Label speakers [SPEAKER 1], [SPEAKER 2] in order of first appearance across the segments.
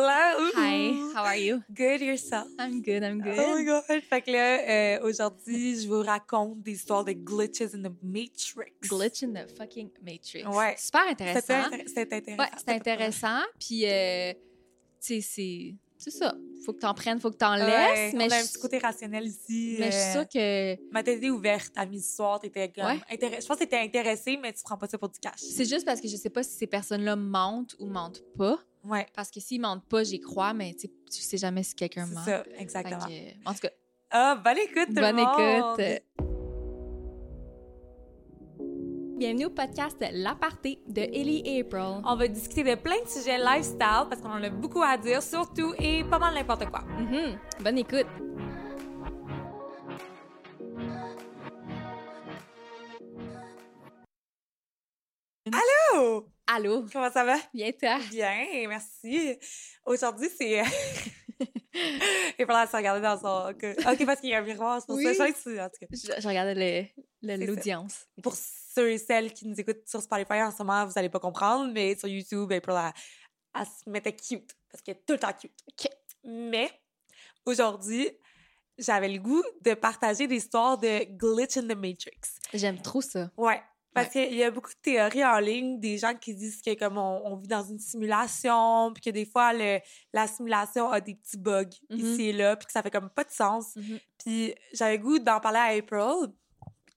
[SPEAKER 1] plan.
[SPEAKER 2] Hi, how are you?
[SPEAKER 1] Good yourself.
[SPEAKER 2] I'm good, I'm good.
[SPEAKER 1] Oh my god. Fait que là, euh, aujourd'hui, je vous raconte des histoires de glitches in the Matrix.
[SPEAKER 2] Glitch in the fucking Matrix.
[SPEAKER 1] Ouais.
[SPEAKER 2] Super intéressant.
[SPEAKER 1] C'était intér- c'était intéressant.
[SPEAKER 2] Ouais, c'est intéressant. Puis, euh, tu sais, c'est- c'est ça. Faut que t'en prennes, faut que t'en laisses.
[SPEAKER 1] Ouais,
[SPEAKER 2] mais
[SPEAKER 1] on a un
[SPEAKER 2] je-
[SPEAKER 1] petit côté rationnel ici.
[SPEAKER 2] mais je suis
[SPEAKER 1] euh,
[SPEAKER 2] sûre que
[SPEAKER 1] Ma tête était ouverte à midi soir, t'étais comme
[SPEAKER 2] Ouais.
[SPEAKER 1] intéress- Je pense que t'étais intéressée, mais tu prends pas ça pour du cash.
[SPEAKER 2] c'est juste parce que je sais pas si ces personnes-là mentent ou mentent pas.
[SPEAKER 1] Ouais,
[SPEAKER 2] Parce que s'ils mentent pas, j'y crois, mais tu sais- tu sais jamais si quelqu'un
[SPEAKER 1] c'est
[SPEAKER 2] ment.
[SPEAKER 1] ça,
[SPEAKER 2] Fait que,
[SPEAKER 1] exactement.
[SPEAKER 2] euh, en tout cas,
[SPEAKER 1] Ah, bonne écoute, tout le
[SPEAKER 2] bonne
[SPEAKER 1] monde!
[SPEAKER 2] écoute. Bienvenue au podcast L'Aparté de Ellie et April.
[SPEAKER 1] On va discuter de plein de sujets lifestyle parce qu'on en a beaucoup à dire, surtout et pas mal n'importe quoi.
[SPEAKER 2] Mhm. Bonne écoute.
[SPEAKER 1] Oh!
[SPEAKER 2] Allô,
[SPEAKER 1] Comment ça va?
[SPEAKER 2] bien toi.
[SPEAKER 1] Bien, merci. Aujourd'hui, c'est. Et pour là, se regarder dans son. que- Ok, parce qu'il y a un miroir, c'est pour
[SPEAKER 2] Oui.
[SPEAKER 1] ça. Je sais que c'est- en tout cas,
[SPEAKER 2] Je, je regardais le-
[SPEAKER 1] C'est
[SPEAKER 2] le-
[SPEAKER 1] ça.
[SPEAKER 2] l'audience.
[SPEAKER 1] Pour ceux et celles qui nous écoutent sur Spotify en ce moment, vous allez pas comprendre, mais sur YouTube, ben, April, elle, elle se mettait cute parce qu'elle est tout le temps cute. Mais aujourd'hui, j'avais le goût de partager des histoires de glitch in the matrix.
[SPEAKER 2] J'aime trop ça.
[SPEAKER 1] Ouais. Parce qu'il y a beaucoup de théories en ligne, des gens qui disent que comme on, on vit dans une simulation, puis que des fois le, la simulation a des petits bugs
[SPEAKER 2] Mhm.
[SPEAKER 1] ici et là, puis que ça fait comme pas de sens.
[SPEAKER 2] Mhm.
[SPEAKER 1] Puis j'avais le goût d'en parler à April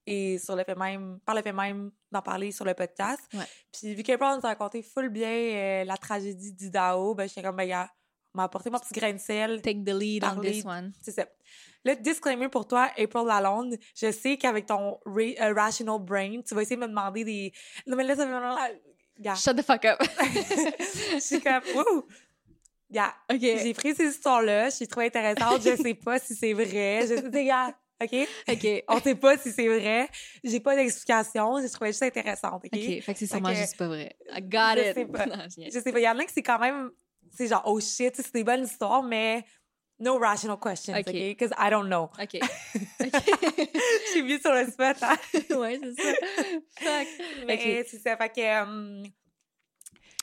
[SPEAKER 1] et sur le fait même, par le fait même d'en parler sur le podcast.
[SPEAKER 2] Ouais.
[SPEAKER 1] Puis vu qu'April nous a raconté full bien euh, la tragédie d'Idaho, ben j'étais comme ben gars, m'a apporté mon petit grain de sel.
[SPEAKER 2] Take the lead on
[SPEAKER 1] Parler.
[SPEAKER 2] this one.
[SPEAKER 1] C'est ça. Le disclaimer pour toi, April Lalonde, je sais qu'avec ton ra- euh, rational brain, tu vas essayer de me demander des. Non, mais là, ça me. Gars.
[SPEAKER 2] Shut the fuck up.
[SPEAKER 1] Je suis comme. Wouh! Gars.
[SPEAKER 2] OK.
[SPEAKER 1] J'ai pris ces histoires-là, je suis trop intéressante, je sais pas si c'est vrai. Je sais, des gars, OK?
[SPEAKER 2] OK.
[SPEAKER 1] On sait pas si c'est vrai. J'ai pas d'explication, je trouvais juste intéressante, OK?
[SPEAKER 2] OK, fait que c'est sûrement
[SPEAKER 1] Fait que-
[SPEAKER 2] juste pas vrai. I got
[SPEAKER 1] Je
[SPEAKER 2] it.
[SPEAKER 1] sais pas.
[SPEAKER 2] Non, je niaise.
[SPEAKER 1] Je sais pas, il y en a qui c'est quand même. C'est genre, oh shit, c'est des bonnes histoires, mais. No rational questions,
[SPEAKER 2] OK.
[SPEAKER 1] OK? Because I don't know.
[SPEAKER 2] OK. OK.
[SPEAKER 1] Je suis mise sur le spot, hein?
[SPEAKER 2] ouais, c'est ça. Fuck.
[SPEAKER 1] Mais
[SPEAKER 2] Ok.
[SPEAKER 1] c'est ça, fait que... euh,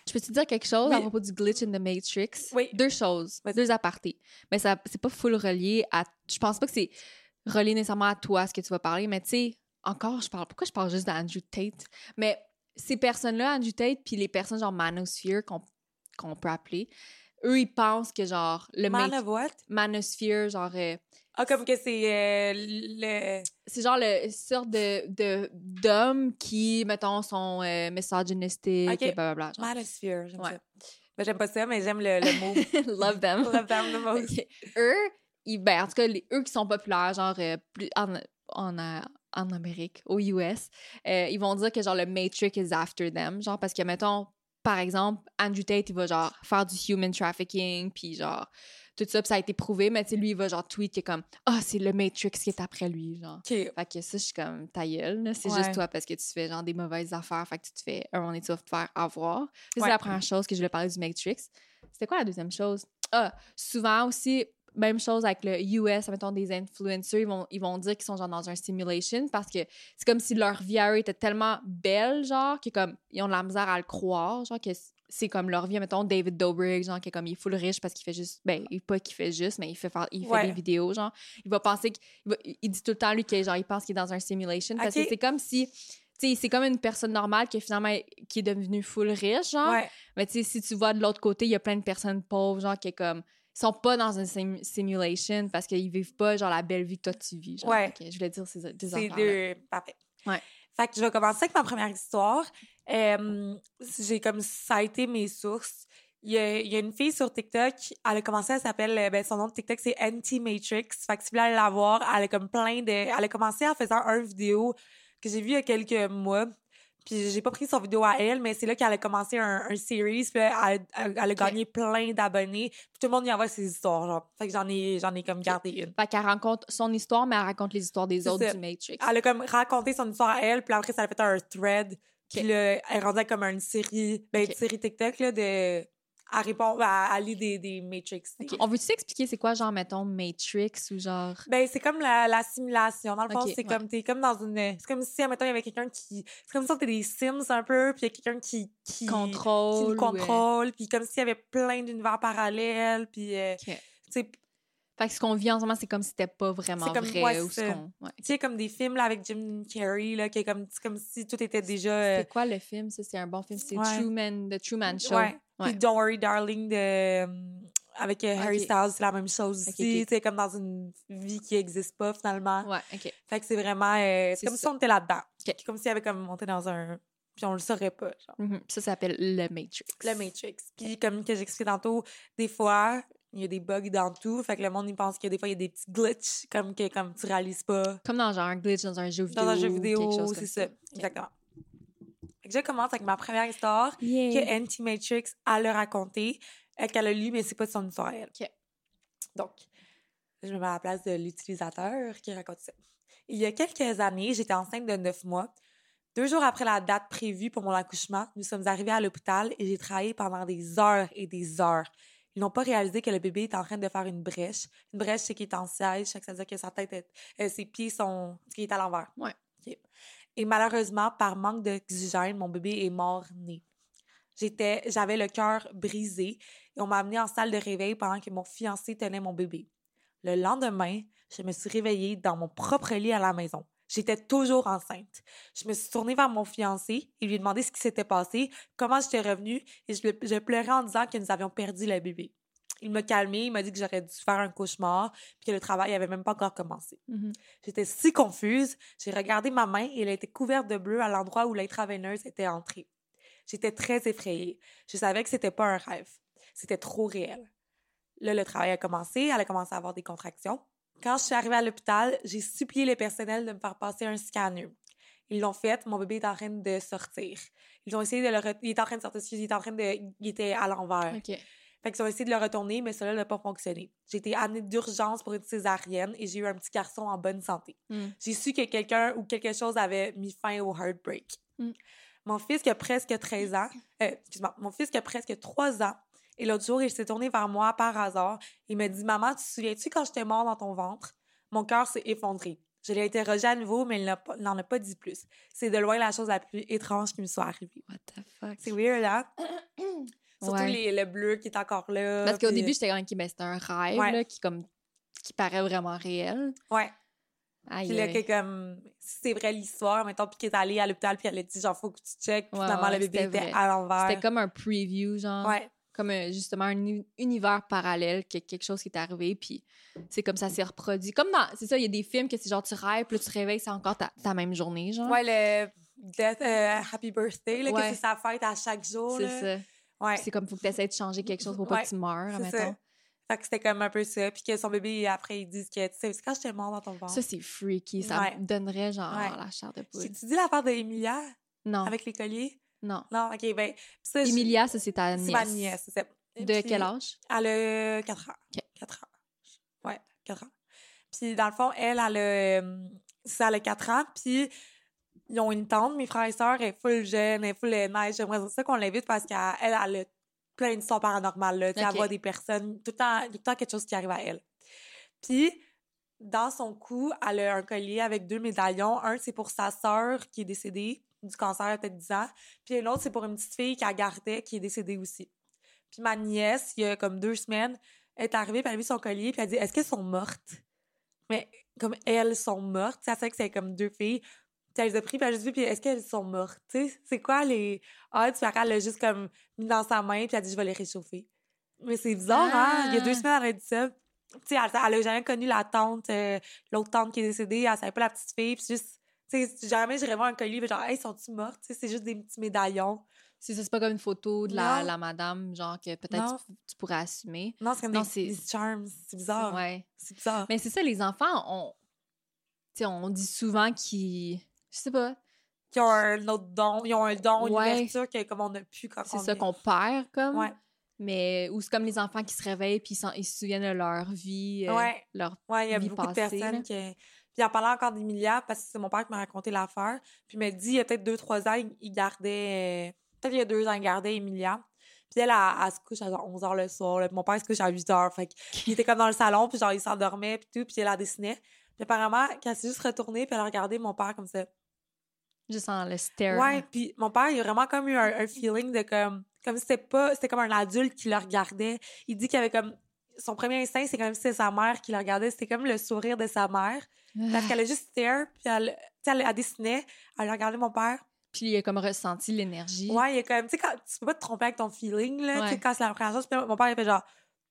[SPEAKER 2] Je peux te dire quelque chose à
[SPEAKER 1] Oui.
[SPEAKER 2] propos du glitch in the Matrix?
[SPEAKER 1] Oui.
[SPEAKER 2] Deux choses,
[SPEAKER 1] Vas-y.
[SPEAKER 2] deux apartés. Mais ça c'est pas full relié à je pense pas que c'est relié nécessairement à toi ce que tu vas parler, mais tu sais, encore je parle pourquoi je parle juste d'Andrew Tate, mais ces personnes-là Andrew Tate puis les personnes genre Manosphere qu'on qu'on peut appeler, eux ils pensent que genre le
[SPEAKER 1] Man
[SPEAKER 2] Mat-
[SPEAKER 1] of what?
[SPEAKER 2] Manosphere genre euh,
[SPEAKER 1] Ah, comme que c'est euh, le...
[SPEAKER 2] c'est genre le sorte de de- d'hommes qui mettons sont euh, misogynistiques
[SPEAKER 1] Ok.
[SPEAKER 2] et blablabla. genre.
[SPEAKER 1] Manosphere, j'aime
[SPEAKER 2] Ouais.
[SPEAKER 1] ça. Ben, j'aime pas ça, mais j'aime le, le mot.
[SPEAKER 2] Love them.
[SPEAKER 1] Love them the most.
[SPEAKER 2] Ok. Eux, ils- ben, en tout cas, les, eux qui sont populaires, genre, euh, plus en, en, euh, en Amérique, aux US, euh, ils vont dire que, genre, le Matrix is after them. Genre, parce que, mettons, par exemple, Andrew Tate, il va, genre, faire du human trafficking, puis, genre, tout ça, puis ça a été prouvé, mais, tu sais, lui, il va, genre, tweet que, comme, ah, c'est le Matrix qui est après lui, genre.
[SPEAKER 1] OK.
[SPEAKER 2] Fait que ça, je suis comme ta gueule, là, c'est
[SPEAKER 1] Ouais.
[SPEAKER 2] juste toi parce que tu fais genre des mauvaises affaires, fait que tu te fais, un moment donné, tu vas te faire avoir. Ça,
[SPEAKER 1] Ouais.
[SPEAKER 2] C'est la première chose que je voulais parler du Matrix. C'était quoi la deuxième chose? Ah, souvent aussi, même chose avec le US, mettons des influencers, ils vont, ils vont dire qu'ils sont genre dans un simulation parce que c'est comme si leur vie à eux était tellement belle, genre, que comme ils ont de la misère à le croire, genre que c'est comme leur vie, mettons David Dobrik, genre, qui est comme il est full riche parce qu'il fait juste, ben, il- pas qu'il fait juste, mais il fait, faire, il fait
[SPEAKER 1] Ouais.
[SPEAKER 2] des vidéos, genre. Il va penser qu'il va- il- il dit tout le temps, lui, que genre, il pense qu'il est dans un simulation parce
[SPEAKER 1] Ok.
[SPEAKER 2] que c'est comme si, tu sais, c'est comme une personne normale qui est finalement, qui est devenue full riche, genre.
[SPEAKER 1] Ouais.
[SPEAKER 2] Mais tu sais, si tu vois de l'autre côté, il y a plein de personnes pauvres, genre, qui est comme, sont pas dans une sim- simulation parce qu'ils vivent pas, genre, la belle vie que toi, tu vis. Genre.
[SPEAKER 1] Ouais.
[SPEAKER 2] Fait que je voulais dire ces deux
[SPEAKER 1] C'est
[SPEAKER 2] affaires.
[SPEAKER 1] deux... Parfait.
[SPEAKER 2] Ouais.
[SPEAKER 1] Fait que je vais commencer avec ma première histoire. Euh, J'ai comme cité mes sources. Il y, a, il y a une fille sur TikTok, elle a commencé, elle s'appelle, euh, ben son nom de TikTok c'est Anti-Matrix. Fait que si vous voulez aller la voir, elle a comme plein de. Elle a commencé en faisant un vidéo que j'ai vu il y a quelques mois. Puis j'ai pas pris son vidéo à elle, mais c'est là qu'elle a commencé un, un series. Puis là, elle, elle- elle a gagné plein d'abonnés. Puis tout le monde y envoie ses histoires, genre. Fait que j'en ai, j'en ai comme gardé une.
[SPEAKER 2] Fait qu'elle raconte son histoire, mais elle raconte les histoires des
[SPEAKER 1] C'est
[SPEAKER 2] autres
[SPEAKER 1] ça. Ah,
[SPEAKER 2] du Matrix.
[SPEAKER 1] Elle a comme raconté son histoire à elle, puis après, ça a fait un thread. Puis
[SPEAKER 2] Ok.
[SPEAKER 1] là, elle rendait comme une série, ben,
[SPEAKER 2] Ok.
[SPEAKER 1] une série TikTok, là, de. ben, à répondre, à, à lire des, des Matrix. des-
[SPEAKER 2] On veut-tu expliquer c'est quoi, genre, mettons, Matrix ou genre.
[SPEAKER 1] Ben, c'est comme la, la simulation. Dans le fond,
[SPEAKER 2] Ok,
[SPEAKER 1] c'est
[SPEAKER 2] ouais.
[SPEAKER 1] comme, t'es comme dans une. C'est comme si, admettons, il y avait quelqu'un qui. C'est comme si on était des Sims un peu, puis il y a quelqu'un qui. qui qui
[SPEAKER 2] contrôle.
[SPEAKER 1] nous
[SPEAKER 2] ou, euh,
[SPEAKER 1] contrôle, puis comme s'il y avait plein d'univers parallèles, puis euh,
[SPEAKER 2] Ok.
[SPEAKER 1] tu sais,
[SPEAKER 2] Fait que ce qu'on vit en ce moment, c'est comme si c'était pas vraiment
[SPEAKER 1] C'est comme-
[SPEAKER 2] vrai.
[SPEAKER 1] ouais,
[SPEAKER 2] ou ce
[SPEAKER 1] c'est-
[SPEAKER 2] qu'on- ouais.
[SPEAKER 1] tu sais, comme des films là, avec Jim Carrey, là, qui est comme, c'est comme si tout était déjà... euh,
[SPEAKER 2] C'est quoi le film? Ça, c'est un bon film. C'est
[SPEAKER 1] Ouais.
[SPEAKER 2] Truman, The Truman Show.
[SPEAKER 1] ouais.
[SPEAKER 2] Ouais.
[SPEAKER 1] Puis Don't Worry Darling de, euh, avec euh, Harry
[SPEAKER 2] Ok.
[SPEAKER 1] Styles, c'est la même chose
[SPEAKER 2] Ok,
[SPEAKER 1] aussi,
[SPEAKER 2] ok.
[SPEAKER 1] tu sais, comme dans une vie qui n'existe pas finalement.
[SPEAKER 2] Ouais, OK.
[SPEAKER 1] Fait que c'est vraiment... euh,
[SPEAKER 2] C'est
[SPEAKER 1] c'est comme
[SPEAKER 2] ça.
[SPEAKER 1] si on était là-dedans.
[SPEAKER 2] Ok.
[SPEAKER 1] Comme s'il y avait comme monté dans un... Puis on le saurait pas, genre.
[SPEAKER 2] Mhm. Ça, ça s'appelle le Matrix.
[SPEAKER 1] Le Matrix. Puis comme que j'expliquais tantôt, des fois, il y a des bugs dans tout. Fait que le monde, il pense que des fois, il y a des petits glitches, comme que comme tu réalises pas
[SPEAKER 2] Comme dans genre un glitch dans un jeu vidéo.
[SPEAKER 1] dans un jeu
[SPEAKER 2] ou quelque
[SPEAKER 1] vidéo.
[SPEAKER 2] chose
[SPEAKER 1] C'est
[SPEAKER 2] comme
[SPEAKER 1] ça. Exactement. Fait que je commence avec ma première histoire
[SPEAKER 2] Yeah.
[SPEAKER 1] que Anti-Matrix a le raconté, euh, qu'elle a lu, mais c'est pas de son histoire à elle.
[SPEAKER 2] Ok.
[SPEAKER 1] Donc, je me mets à la place de l'utilisateur qui raconte ça. Il y a quelques années, j'étais enceinte de neuf mois. Deux jours après la date prévue pour mon accouchement, nous sommes arrivés à l'hôpital et j'ai travaillé pendant des heures et des heures. Ils n'ont pas réalisé que le bébé est en train de faire une brèche. Une brèche, c'est qu'il est en siège, fait que ça veut dire que sa tête, est- euh, ses pieds sont, qu'il est à l'envers.
[SPEAKER 2] Ouais.
[SPEAKER 1] Ok. Et malheureusement, par manque d'oxygène, mon bébé est mort né. J'étais, j'avais le cœur brisé et on m'a amenée en salle de réveil pendant que mon fiancé tenait mon bébé. Le lendemain, je me suis réveillée dans mon propre lit à la maison. J'étais toujours enceinte. Je me suis tournée vers mon fiancé et lui ai demandé ce qui s'était passé, comment j'étais revenue et je, je pleurais en disant que nous avions perdu le bébé. Il m'a calmée, il m'a dit que j'aurais dû faire un cauchemar puis que le travail n'avait même pas encore commencé.
[SPEAKER 2] Mhm.
[SPEAKER 1] J'étais si confuse, j'ai regardé ma main et elle était couverte de bleu à l'endroit où l'intraveineuse était entrée. J'étais très effrayée. Je savais que c'était pas un rêve. C'était trop réel. Là, le travail a commencé, elle a commencé à avoir des contractions. Quand je suis arrivée à l'hôpital, j'ai supplié les personnels de me faire passer un scanner. Ils l'ont fait, mon bébé est en train de sortir. Ils ont essayé de le... re- Il est en train de sortir, excusez, il est en train de... Il était à l'envers.
[SPEAKER 2] OK.
[SPEAKER 1] Fait qu'ils ont essayé de le retourner, mais cela n'a pas fonctionné. J'ai été amenée d'urgence pour une césarienne et j'ai eu un petit garçon en bonne santé.
[SPEAKER 2] Mm.
[SPEAKER 1] J'ai su que quelqu'un ou quelque chose avait mis fin au heartbreak.
[SPEAKER 2] Mm.
[SPEAKER 1] Mon fils qui a presque 13 ans, euh, excuse-moi, mon fils qui a presque 3 ans, et l'autre jour, il s'est tourné vers moi par hasard. Il me dit Maman, tu te souviens-tu quand j'étais mort dans ton ventre Mon cœur s'est effondré. Je l'ai interrogé à nouveau, mais il n'a pas- n'en a pas dit plus. C'est de loin la chose la plus étrange qui me soit arrivée.
[SPEAKER 2] What the fuck?
[SPEAKER 1] C'est weird, hein? Surtout
[SPEAKER 2] Ouais.
[SPEAKER 1] les- le bleu qui est encore là.
[SPEAKER 2] Parce qu'au
[SPEAKER 1] puis- euh,
[SPEAKER 2] début, j'étais quand même qui, ben, c'était un rêve
[SPEAKER 1] Ouais.
[SPEAKER 2] là, qui, comme, qui paraît vraiment réel.
[SPEAKER 1] Ouais.
[SPEAKER 2] Aïe,
[SPEAKER 1] Puis là,
[SPEAKER 2] aïe.
[SPEAKER 1] que comme, si c'est vrai l'histoire, mettons, puis qu'elle est allée à l'hôpital, puis elle a dit, genre, faut que tu checkes, puis
[SPEAKER 2] Ouais,
[SPEAKER 1] finalement, le
[SPEAKER 2] ouais,
[SPEAKER 1] bébé
[SPEAKER 2] c'était
[SPEAKER 1] était
[SPEAKER 2] vrai.
[SPEAKER 1] à l'envers.
[SPEAKER 2] C'était comme un preview, genre.
[SPEAKER 1] Ouais,
[SPEAKER 2] Comme un- justement un uni- univers parallèle, que- quelque chose qui est arrivé, puis c'est comme ça s'est reproduit. Comme dans. C'est ça, il y a des films que c'est genre tu rêves, puis là, tu te réveilles, c'est encore ta, ta même journée, genre.
[SPEAKER 1] ouais le death, euh, Happy Birthday, là, que
[SPEAKER 2] Ouais.
[SPEAKER 1] c'est sa fête à chaque jour.
[SPEAKER 2] C'est
[SPEAKER 1] là.
[SPEAKER 2] ça.
[SPEAKER 1] Ouais.
[SPEAKER 2] Puis C'est comme faut que tu essaies de changer quelque chose pour pas
[SPEAKER 1] Ouais,
[SPEAKER 2] que tu meurs,
[SPEAKER 1] c'est
[SPEAKER 2] mettons.
[SPEAKER 1] Fait que c'était comme un peu ça. Puis que son bébé, après, ils disent que, tu sais, c'est quand j'étais mort dans ton ventre.
[SPEAKER 2] Ça, c'est freaky. Ça
[SPEAKER 1] Ouais.
[SPEAKER 2] me donnerait genre
[SPEAKER 1] Ouais.
[SPEAKER 2] la chair de poule.
[SPEAKER 1] tu dis l'affaire de Emilia
[SPEAKER 2] Non,
[SPEAKER 1] avec les colliers?
[SPEAKER 2] non.
[SPEAKER 1] Non, ok, ben. puis ça, je-
[SPEAKER 2] Emilia, ça, c'est ta nièce.
[SPEAKER 1] c'est ma nièce, c'est ça.
[SPEAKER 2] De
[SPEAKER 1] Puis-
[SPEAKER 2] quel âge?
[SPEAKER 1] Elle a 4 ans.
[SPEAKER 2] Ok.
[SPEAKER 1] 4 ans. Ouais, 4 ans. Puis dans le fond, elle, elle a, euh, ça, elle a 4 ans. Puis ils ont une tante, mes frères et sœurs, elle est full jeune, elle est full euh, nice. J'aimerais ça qu'on l'invite parce qu'elle, elle, elle a plein d'histoires paranormales. Là. Tu sais,
[SPEAKER 2] Ok.
[SPEAKER 1] Elle voit des personnes, tout le, temps, tout le temps quelque chose qui arrive à elle. Puis dans son cou, elle a un collier avec deux médaillons. Un, c'est pour sa sœur qui est décédée du cancer à peut-être 10 ans. Puis l'autre, c'est pour une petite fille qu'elle gardait qui est décédée aussi. Puis ma nièce, il y a comme deux semaines, elle est arrivée, puis elle a vu son collier, puis elle a dit Est-ce qu'elles sont mortes Mais comme elles sont mortes, ça savait que c'est comme deux filles. Puis elle les a pris, puis elle a juste vu, puis est-ce qu'elles sont mortes Tu sais, c'est quoi les. Ah, tu elle l'a juste comme mis dans sa main, puis elle a dit Je vais les réchauffer. Mais c'est bizarre, hein Il y a deux
[SPEAKER 2] Ah.
[SPEAKER 1] semaines, elle a dit ça. Tu sais, elle, elle a jamais connu la tante, euh, l'autre tante qui est décédée, elle savait pas la petite fille, puis juste. Tu sais, jamais je voir un collier, puis genre, hey, sont-tu mortes? Tu sais, c'est juste des petits médaillons.
[SPEAKER 2] C'est ça, c'est pas comme une photo de la,
[SPEAKER 1] Non.
[SPEAKER 2] la madame, genre que
[SPEAKER 1] Non.
[SPEAKER 2] peut-être tu, tu pourrais assumer.
[SPEAKER 1] Non, c'est comme
[SPEAKER 2] Non, c'est-
[SPEAKER 1] des, des charms. C'est bizarre.
[SPEAKER 2] Ouais.
[SPEAKER 1] C'est bizarre.
[SPEAKER 2] Mais c'est ça, les enfants, on. Tu sais, on dit souvent qu'ils. Je sais pas.
[SPEAKER 1] Ils ont un autre don. Ils ont un don, une
[SPEAKER 2] Ouais.
[SPEAKER 1] ouverture que comme on a pu quand
[SPEAKER 2] C'est
[SPEAKER 1] on
[SPEAKER 2] ça
[SPEAKER 1] est-
[SPEAKER 2] qu'on perd, comme.
[SPEAKER 1] Ouais.
[SPEAKER 2] Mais. Ou c'est comme les enfants qui se réveillent, puis ils, s'en- ils se souviennent de leur vie. euh,
[SPEAKER 1] Ouais.
[SPEAKER 2] Leur.
[SPEAKER 1] Ouais, il y a
[SPEAKER 2] vit
[SPEAKER 1] beaucoup de
[SPEAKER 2] passée,
[SPEAKER 1] personnes
[SPEAKER 2] là.
[SPEAKER 1] qui. Puis en parlant encore d'Emilia, parce que c'est mon père qui m'a raconté l'affaire. Puis il m'a dit, il y a peut-être deux, trois ans, il- il gardait. euh, Peut-être il y a deux ans, il gardait Emilia. Puis elle, elle, elle se couche à genre 11 h le soir. là. Puis mon père il se couche à 8 h. Fait qu'il était comme dans le salon, puis genre, il s'endormait, puis tout, puis elle la dessinait. Puis apparemment, quand elle s'est juste retournée, puis elle a regardé mon père comme ça.
[SPEAKER 2] Juste en le stare.
[SPEAKER 1] Ouais, puis mon père, il a vraiment comme eu un, un feeling de comme. Comme si c'était pas. C'était comme un adulte qui le regardait. Il dit qu'il avait comme. Son premier instinct, c'est comme si c'était sa mère qui le regardait. C'était comme le sourire de sa mère. Parce qu'elle a juste stare, puis elle, tu sais, elle, elle dessinait, elle a regardé mon père.
[SPEAKER 2] Puis il a comme ressenti l'énergie.
[SPEAKER 1] Ouais, il est comme, tu sais, quand- tu peux pas te tromper avec ton feeling, là, tu sais,
[SPEAKER 2] Ouais.
[SPEAKER 1] quand c'est la première chose. Puis là, mon père, il a fait genre,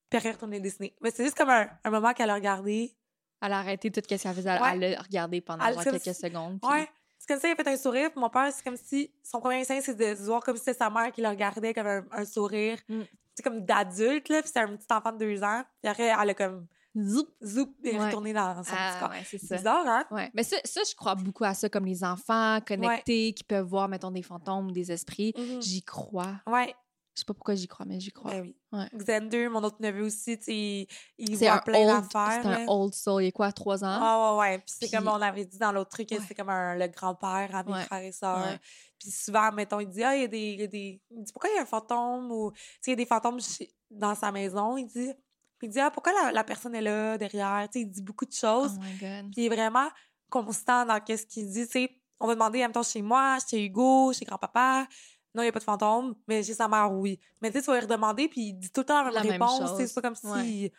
[SPEAKER 1] puis elle est retournée dessiner. Mais c'est juste comme un, un moment qu'elle a regardé.
[SPEAKER 2] Elle a arrêté tout ce qu'elle faisait. Elle-
[SPEAKER 1] Ouais.
[SPEAKER 2] Elle l'a regardé pendant
[SPEAKER 1] Elle-
[SPEAKER 2] genre
[SPEAKER 1] comme
[SPEAKER 2] quelques
[SPEAKER 1] si-
[SPEAKER 2] secondes. puis-
[SPEAKER 1] Ouais. C'est comme ça, il a fait un sourire, puis mon père, c'est comme si son premier instinct, c'est de se voir comme si c'était sa mère qui le regardait, comme un, un sourire.
[SPEAKER 2] Mm.
[SPEAKER 1] C'est comme d'adulte, là, puis c'est un petit enfant de deux ans. Puis après, elle a comme,
[SPEAKER 2] Zoup!
[SPEAKER 1] zoup, elle est
[SPEAKER 2] Ouais.
[SPEAKER 1] retournée dans son petit
[SPEAKER 2] Ah,
[SPEAKER 1] corps.
[SPEAKER 2] ouais, c'est
[SPEAKER 1] C'est
[SPEAKER 2] ça.
[SPEAKER 1] bizarre, hein?
[SPEAKER 2] Ouais. Mais ça, ça, je crois beaucoup à ça, comme les enfants connectés qui peuvent voir, mettons, des fantômes ou des esprits.
[SPEAKER 1] Mhm.
[SPEAKER 2] J'y crois.
[SPEAKER 1] Ouais,
[SPEAKER 2] Je sais pas pourquoi j'y crois, mais j'y crois.
[SPEAKER 1] ben oui.
[SPEAKER 2] Ouais.
[SPEAKER 1] Xander, mon autre neveu aussi, tu sais, il- il
[SPEAKER 2] C'est
[SPEAKER 1] voit
[SPEAKER 2] un,
[SPEAKER 1] plein
[SPEAKER 2] old-
[SPEAKER 1] d'affaires.
[SPEAKER 2] c'est un
[SPEAKER 1] là.
[SPEAKER 2] old soul. Il est quoi, trois ans?
[SPEAKER 1] Ah ouais, ouais. Puis c'est
[SPEAKER 2] Puis-
[SPEAKER 1] comme on avait dit dans l'autre truc, que
[SPEAKER 2] Ouais.
[SPEAKER 1] c'est comme un- le grand-père à mes
[SPEAKER 2] Ouais.
[SPEAKER 1] frères et sœurs.
[SPEAKER 2] Ouais.
[SPEAKER 1] Puis souvent, mettons, il dit, ah, il y a des... il y a des- Il dit, pourquoi il y a un fantôme? Ou, tu sais, il y a des fantômes chez- dans sa maison, il dit. Puis il dit, ah, pourquoi la, la personne est là, derrière? Tu sais, il dit beaucoup de
[SPEAKER 2] Oh
[SPEAKER 1] choses.
[SPEAKER 2] my God.
[SPEAKER 1] Puis il est vraiment constant dans qu'est-ce qu'il dit. Tu sais, on va demander, mettons, chez moi, chez Hugo, chez grand-papa. Non, il n'y a pas de fantôme, mais chez sa mère, oui. Mais tu sais, tu vas lui redemander, puis il dit tout le temps la même
[SPEAKER 2] La même
[SPEAKER 1] réponse. tu sais,
[SPEAKER 2] chose.
[SPEAKER 1] C'est pas comme si...
[SPEAKER 2] Ouais.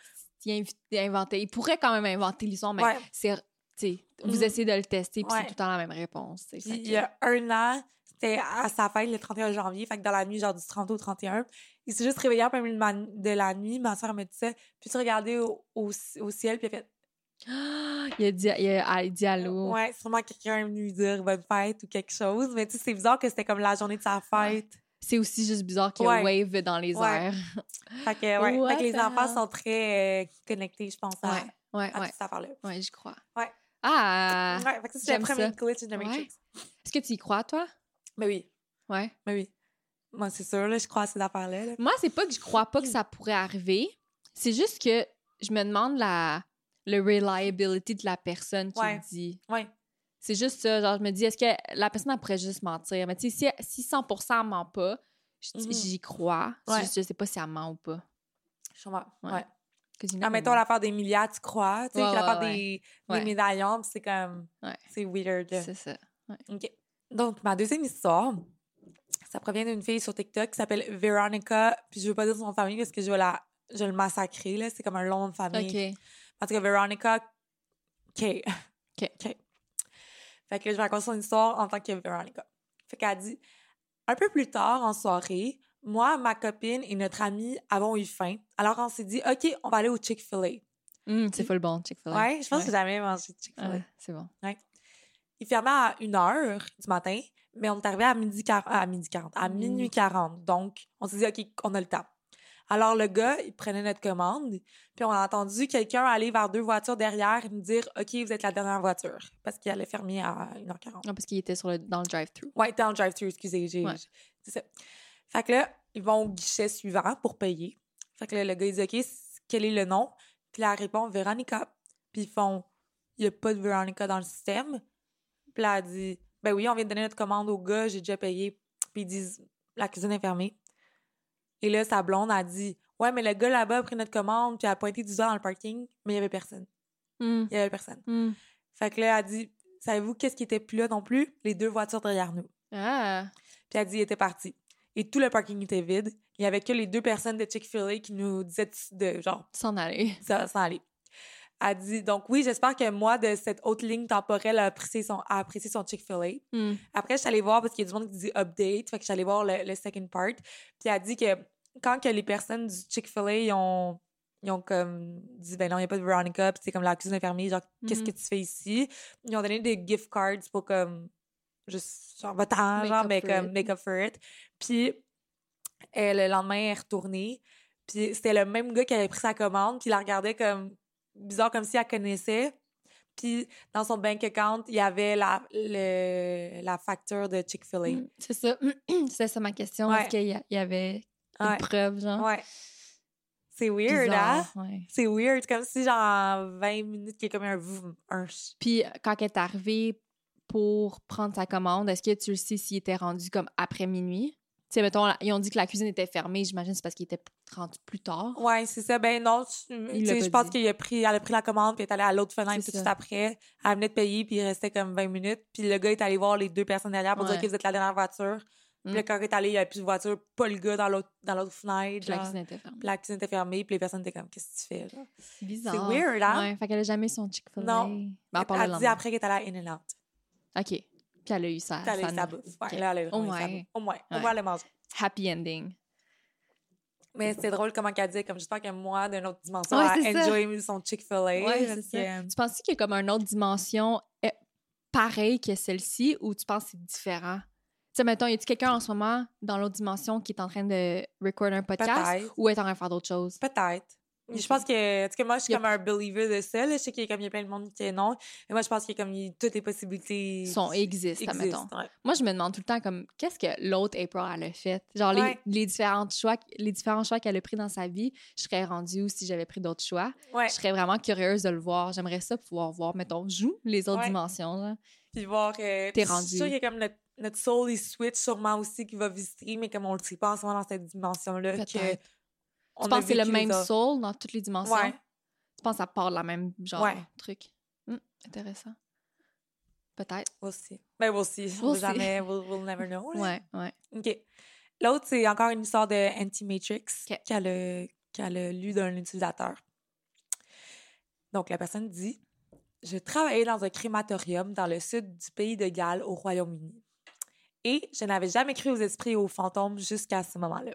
[SPEAKER 2] Il, invi- il a inventé. Il pourrait quand même inventer l'histoire, mais
[SPEAKER 1] Ouais.
[SPEAKER 2] c'est. tu sais, Vous
[SPEAKER 1] Mhm.
[SPEAKER 2] essayez de le tester, puis
[SPEAKER 1] Ouais.
[SPEAKER 2] c'est tout le temps la même réponse. tu sais.
[SPEAKER 1] Puis
[SPEAKER 2] Fait
[SPEAKER 1] il
[SPEAKER 2] que-
[SPEAKER 1] y a un an, c'était à sa fête le 31 janvier, fait que dans la nuit, genre du 30 au 31, il s'est juste réveillé en plein milieu de, ma- de la nuit, ma soeur me dit ça, puis tu regardais au, au, ci- au ciel, puis il a fait
[SPEAKER 2] Ah, Il a dit, il a- il dit allô.
[SPEAKER 1] Ouais, sûrement quelqu'un est venu lui dire bonne fête ou quelque chose, mais tu sais, c'est bizarre que c'était comme la journée de sa fête.
[SPEAKER 2] C'est aussi juste bizarre qu'il
[SPEAKER 1] Ouais.
[SPEAKER 2] wave dans les
[SPEAKER 1] Ouais.
[SPEAKER 2] airs.
[SPEAKER 1] Fait que, ouais,
[SPEAKER 2] What
[SPEAKER 1] fait que les
[SPEAKER 2] the
[SPEAKER 1] enfants
[SPEAKER 2] hell?
[SPEAKER 1] sont très euh, connectés, je pense, à,
[SPEAKER 2] Ouais, ouais,
[SPEAKER 1] à
[SPEAKER 2] ouais,
[SPEAKER 1] toute cette affaire-là.
[SPEAKER 2] ouais, j'y crois.
[SPEAKER 1] Ouais.
[SPEAKER 2] Ah!
[SPEAKER 1] ouais, fait que ça, c'est le
[SPEAKER 2] j'aime
[SPEAKER 1] premier
[SPEAKER 2] ça.
[SPEAKER 1] glitch de
[SPEAKER 2] Ouais.
[SPEAKER 1] Matrix.
[SPEAKER 2] Est-ce que tu y crois, toi?
[SPEAKER 1] Mais oui,
[SPEAKER 2] Ouais.
[SPEAKER 1] mais oui. Moi, c'est sûr, là, je crois à ces affaires-là. là.
[SPEAKER 2] Moi, c'est pas que je crois pas que
[SPEAKER 1] Mm.
[SPEAKER 2] ça pourrait arriver. C'est juste que je me demande la le reliability de la personne qui
[SPEAKER 1] Ouais.
[SPEAKER 2] le dit.
[SPEAKER 1] Ouais.
[SPEAKER 2] C'est juste ça. Genre, je me dis, est-ce que la personne, elle pourrait juste mentir? Mais tu sais, si, si 100% elle ment pas, je-
[SPEAKER 1] Mhm.
[SPEAKER 2] j'y crois. C'est
[SPEAKER 1] Ouais.
[SPEAKER 2] juste, je sais pas si elle ment ou pas.
[SPEAKER 1] Je comprends.
[SPEAKER 2] Ouais.
[SPEAKER 1] ouais.
[SPEAKER 2] Cause
[SPEAKER 1] Ah,
[SPEAKER 2] you never
[SPEAKER 1] mettons
[SPEAKER 2] know.
[SPEAKER 1] l'affaire des milliards, tu crois? Tu sais,
[SPEAKER 2] Euh. Ouais,
[SPEAKER 1] l'affaire
[SPEAKER 2] ouais,
[SPEAKER 1] des,
[SPEAKER 2] ouais.
[SPEAKER 1] des médaillons, pis c'est comme.
[SPEAKER 2] Ouais.
[SPEAKER 1] C'est weird. là.
[SPEAKER 2] C'est ça.
[SPEAKER 1] OK. Donc, ma deuxième histoire, ça provient d'une fille sur TikTok qui s'appelle Veronica, puis je veux pas dire son famille parce que je vais la. Je vais le massacrer, là. C'est comme un long nom de famille.
[SPEAKER 2] OK.
[SPEAKER 1] En tout cas, Veronica K.
[SPEAKER 2] K.
[SPEAKER 1] K. Fait que je vais raconter son histoire en tant que Veronica. Fait qu'elle dit Un peu plus tard en soirée, moi, ma copine et notre amie avons eu faim. Alors on s'est dit OK, on va aller au Chick-fil-A.
[SPEAKER 2] Hum, c'est full bon, Chick-fil-A.
[SPEAKER 1] Mm-hmm. Ouais, je pense que j'ai
[SPEAKER 2] Ouais.
[SPEAKER 1] jamais mangé de Chick-fil-A.
[SPEAKER 2] Ouais, c'est bon.
[SPEAKER 1] Il fermait à 1h du matin, mais on est arrivé à midi 40, à midi 40, à
[SPEAKER 2] Mm.
[SPEAKER 1] minuit 40. Donc, on s'est dit, OK, on a le temps. Alors, le gars, il prenait notre commande, puis on a entendu quelqu'un aller vers deux voitures derrière et me dire, OK, vous êtes la dernière voiture, parce qu'il allait fermer à 1h40.
[SPEAKER 2] Non, Ah, parce qu'il était sur le, dans le drive-thru.
[SPEAKER 1] Ouais, dans le drive-thru, excusez, j'ai.
[SPEAKER 2] Ouais.
[SPEAKER 1] j'ai- C'est ça. Fait que là, ils vont au guichet suivant pour payer. Fait que là, le gars, il dit, OK, c- quel est le nom? Puis là, elle répond, Véronica. Puis ils font, il n'y a pas de Véronica dans le système. Puis là, elle dit, ben oui, on vient de donner notre commande au gars, j'ai déjà payé. Puis ils disent, la cuisine est fermée. Et là, sa blonde a dit, ouais, mais le gars là-bas a pris notre commande, puis elle a pointé du doigt dans le parking, mais il n'y avait personne.
[SPEAKER 2] Hum,
[SPEAKER 1] Il n'y avait personne.
[SPEAKER 2] hum.
[SPEAKER 1] Fait que là, elle dit, savez-vous qu'est-ce qui était plus là non plus? Les deux voitures derrière nous.
[SPEAKER 2] Ah!
[SPEAKER 1] Puis elle dit, il était parti. Et tout le parking était vide. Il y avait que les deux personnes de Chick-fil-A qui nous disaient de, de- genre,
[SPEAKER 2] S'en aller.
[SPEAKER 1] ça s'en aller. Elle dit, donc oui, j'espère que moi, de cette haute ligne temporelle, a apprécié son, a apprécié son Chick-fil-A.
[SPEAKER 2] Hmm.
[SPEAKER 1] Après, je suis allée voir parce qu'il y a du monde qui dit update. Fait que je suis allée voir le, le second part. Puis elle dit que quand que les personnes du Chick-fil-A ils ont, ils ont comme dit ben non, il n'y a pas de Veronica, puis c'est comme la cuisine infirmière, genre qu'est-ce
[SPEAKER 2] Mhm.
[SPEAKER 1] que tu fais ici? Ils ont donné des gift cards pour comme juste genre va-t'en,
[SPEAKER 2] Make
[SPEAKER 1] genre,
[SPEAKER 2] up
[SPEAKER 1] mais
[SPEAKER 2] for
[SPEAKER 1] comme
[SPEAKER 2] it.
[SPEAKER 1] make up for it. Puis elle, le lendemain, elle est retournée. Puis c'était le même gars qui avait pris sa commande, puis il la regardait comme bizarre, comme si elle connaissait. Puis dans son bank account, il y avait la, le- la facture de Chick-fil-A.
[SPEAKER 2] Hmm. C'est ça. C'est ça ma question.
[SPEAKER 1] Ouais.
[SPEAKER 2] Est-ce qu'il y, a- il y avait une
[SPEAKER 1] Ouais.
[SPEAKER 2] preuve, genre?
[SPEAKER 1] Ouais. C'est weird, hein?
[SPEAKER 2] Bizarre, ouais.
[SPEAKER 1] C'est weird, comme si, genre, 20 minutes, qu'il y a comme un... vroom, un ch-
[SPEAKER 2] Puis euh, quand elle est arrivée pour prendre sa commande, est-ce que tu le sais s'il était rendu comme après minuit? sais, mettons, la- ils ont dit que la cuisine était fermée. J'imagine c'est parce qu'il était rendu plus tard.
[SPEAKER 1] Ouais, c'est ça. Ben non, tu- tu
[SPEAKER 2] l'a
[SPEAKER 1] sais,
[SPEAKER 2] pas
[SPEAKER 1] je pense
[SPEAKER 2] dit.
[SPEAKER 1] qu'elle a pris, elle a pris la commande puis elle est allée à l'autre fenêtre
[SPEAKER 2] C'est
[SPEAKER 1] tout de
[SPEAKER 2] ça.
[SPEAKER 1] suite après. Elle venait de payer puis il restait comme 20 minutes. Puis le gars est allé voir les deux personnes derrière pour
[SPEAKER 2] Ouais.
[SPEAKER 1] dire que vous êtes la dernière voiture. Puis
[SPEAKER 2] Mm.
[SPEAKER 1] là, quand il est allé, il n'y avait plus de voiture, pas le gars dans l'autre, dans l'autre fenêtre.
[SPEAKER 2] Puis la
[SPEAKER 1] genre.
[SPEAKER 2] cuisine était fermée.
[SPEAKER 1] Puis la cuisine était fermée puis les personnes étaient comme, qu'est-ce que tu fais? Là?
[SPEAKER 2] Bizarre.
[SPEAKER 1] weird, hein?
[SPEAKER 2] Ouais, fait qu'elle a jamais eu son Chick-fil-A.
[SPEAKER 1] Non.
[SPEAKER 2] Ben, à part le
[SPEAKER 1] elle dit
[SPEAKER 2] lendemain.
[SPEAKER 1] après qu'elle est allée à In-N-Out.
[SPEAKER 2] OK. Puis elle a eu sa,
[SPEAKER 1] Puis elle a eu
[SPEAKER 2] sa
[SPEAKER 1] sa
[SPEAKER 2] note.
[SPEAKER 1] bouffe. Ouais,
[SPEAKER 2] Ok.
[SPEAKER 1] là, elle a eu
[SPEAKER 2] Au
[SPEAKER 1] vraiment eu sa
[SPEAKER 2] moins.
[SPEAKER 1] bouffe. Au moins. Au
[SPEAKER 2] Ouais.
[SPEAKER 1] moins, elle a mangé.
[SPEAKER 2] Happy ending.
[SPEAKER 1] Mais c'est drôle comment qu'elle dit, comme j'espère que moi, d'une autre dimension,
[SPEAKER 2] Ouais,
[SPEAKER 1] elle
[SPEAKER 2] c'est
[SPEAKER 1] a
[SPEAKER 2] ça.
[SPEAKER 1] enjoy son Chick-fil-A.
[SPEAKER 2] Ouais,
[SPEAKER 1] parce
[SPEAKER 2] c'est ça.
[SPEAKER 1] que-
[SPEAKER 2] Tu penses qu'il y a comme une autre dimension eh, pareille que celle-ci ou tu penses que c'est différent? Tu sais, mettons, y a-tu quelqu'un en ce moment dans l'autre dimension qui est en train de recorder un podcast
[SPEAKER 1] Peut-être.
[SPEAKER 2] ou est en train de faire d'autres choses?
[SPEAKER 1] Peut-être. Mais Je
[SPEAKER 2] Ok.
[SPEAKER 1] pense que, en tout cas, moi, je suis
[SPEAKER 2] Y a-
[SPEAKER 1] comme un believer de ça. là. Je sais qu'il y a comme, il y a plein de monde qui est non. Mais moi, je pense qu'il y a comme, il- toutes les possibilités
[SPEAKER 2] Sont, existent,
[SPEAKER 1] existent,
[SPEAKER 2] admettons.
[SPEAKER 1] ouais.
[SPEAKER 2] Moi, je me demande tout le temps, comme, qu'est-ce que l'autre April, elle a fait? Genre, les-
[SPEAKER 1] Ouais.
[SPEAKER 2] les, différentes choix, les différents choix qu'elle a pris dans sa vie, je serais rendue où si j'avais pris d'autres choix?
[SPEAKER 1] Ouais.
[SPEAKER 2] Je serais vraiment curieuse de le voir. J'aimerais ça pouvoir voir, mettons, joue les autres
[SPEAKER 1] Ouais.
[SPEAKER 2] dimensions. là.
[SPEAKER 1] Puis voir. euh, puis Je
[SPEAKER 2] rendu.
[SPEAKER 1] suis sûre qu'il y a comme notre, notre soul, il switch sûrement aussi qui va visiter, mais comme on le sait pas en ce moment dans cette dimension-là. que
[SPEAKER 2] Peut-être.
[SPEAKER 1] on
[SPEAKER 2] Tu
[SPEAKER 1] a
[SPEAKER 2] penses que c'est le
[SPEAKER 1] vécu les
[SPEAKER 2] même
[SPEAKER 1] autres.
[SPEAKER 2] soul dans toutes les dimensions?
[SPEAKER 1] Ouais.
[SPEAKER 2] Tu penses que ça part de la même genre
[SPEAKER 1] Ouais.
[SPEAKER 2] truc? Hmm, intéressant. Peut-être.
[SPEAKER 1] We'll see. Ben, we'll see.
[SPEAKER 2] We'll
[SPEAKER 1] on
[SPEAKER 2] see.
[SPEAKER 1] sait jamais. We'll, we'll never know. là.
[SPEAKER 2] Ouais, ouais.
[SPEAKER 1] OK. L'autre, c'est encore une histoire de Anti-Matrix
[SPEAKER 2] OK.
[SPEAKER 1] qu'elle a, qu'elle a lue d'un utilisateur. Donc, la personne dit Je travaillais dans un crématorium dans le sud du pays de Galles, au Royaume-Uni. Et je n'avais jamais cru aux esprits et aux fantômes jusqu'à ce moment-là.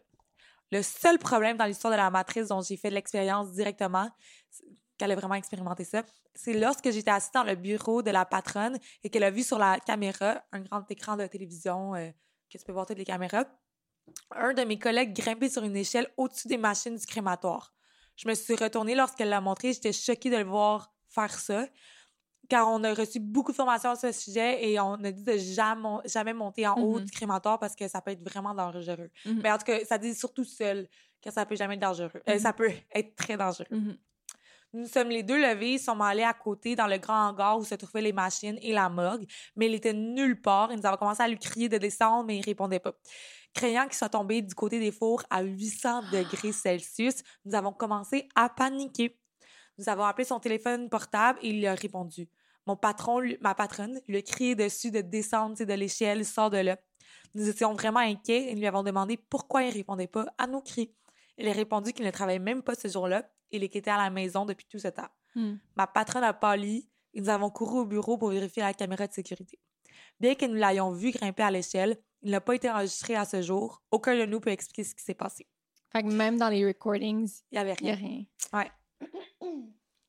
[SPEAKER 1] Le seul problème dans l'histoire de la matrice dont j'ai fait de l'expérience directement, c'est- qu'elle a vraiment expérimenté ça, c'est lorsque j'étais assise dans le bureau de la patronne et qu'elle a vu sur la caméra un grand écran de télévision euh, que tu peux voir toutes les caméras. Un de mes collègues grimpait sur une échelle au-dessus des machines du crématoire. Je me suis retournée lorsqu'elle l'a montré. J'étais choquée de le voir faire ça, car on a reçu beaucoup de formations à ce sujet et on a dit de jamais, jamais monter en haut
[SPEAKER 2] Mhm.
[SPEAKER 1] du crématoire parce que ça peut être vraiment dangereux.
[SPEAKER 2] Mhm.
[SPEAKER 1] Mais en tout cas, ça dit surtout seul que ça peut jamais être dangereux. Euh,
[SPEAKER 2] Mhm.
[SPEAKER 1] ça peut être très dangereux.
[SPEAKER 2] Mhm.
[SPEAKER 1] Nous sommes les deux levés, sommes allés à côté dans le grand hangar où se trouvaient les machines et la morgue, mais il était nulle part et nous avons commencé à lui crier de descendre, mais il répondait pas. Craignant qu'il soit tombé du côté des fours à 800 degrés Celsius, nous avons commencé à paniquer. Nous avons appelé son téléphone portable et il a répondu. Mon patron, lui- ma patronne, lui a crié dessus de descendre tu sais, de l'échelle, sors de là. Nous étions vraiment inquiets et lui avons demandé pourquoi il répondait pas à nos cris. Il a répondu qu'il ne travaillait même pas ce jour-là. Il était à la maison depuis tout ce temps.
[SPEAKER 2] Hmm.
[SPEAKER 1] Ma patronne a pâli et nous avons couru au bureau pour vérifier la caméra de sécurité. Bien que nous l'ayons vu grimper à l'échelle, il n'a pas été enregistré à ce jour. Aucun de nous peut expliquer ce qui s'est passé.
[SPEAKER 2] Fait que même dans les recordings,
[SPEAKER 1] Il n'y avait
[SPEAKER 2] il n'y a
[SPEAKER 1] rien.
[SPEAKER 2] rien.
[SPEAKER 1] Ouais.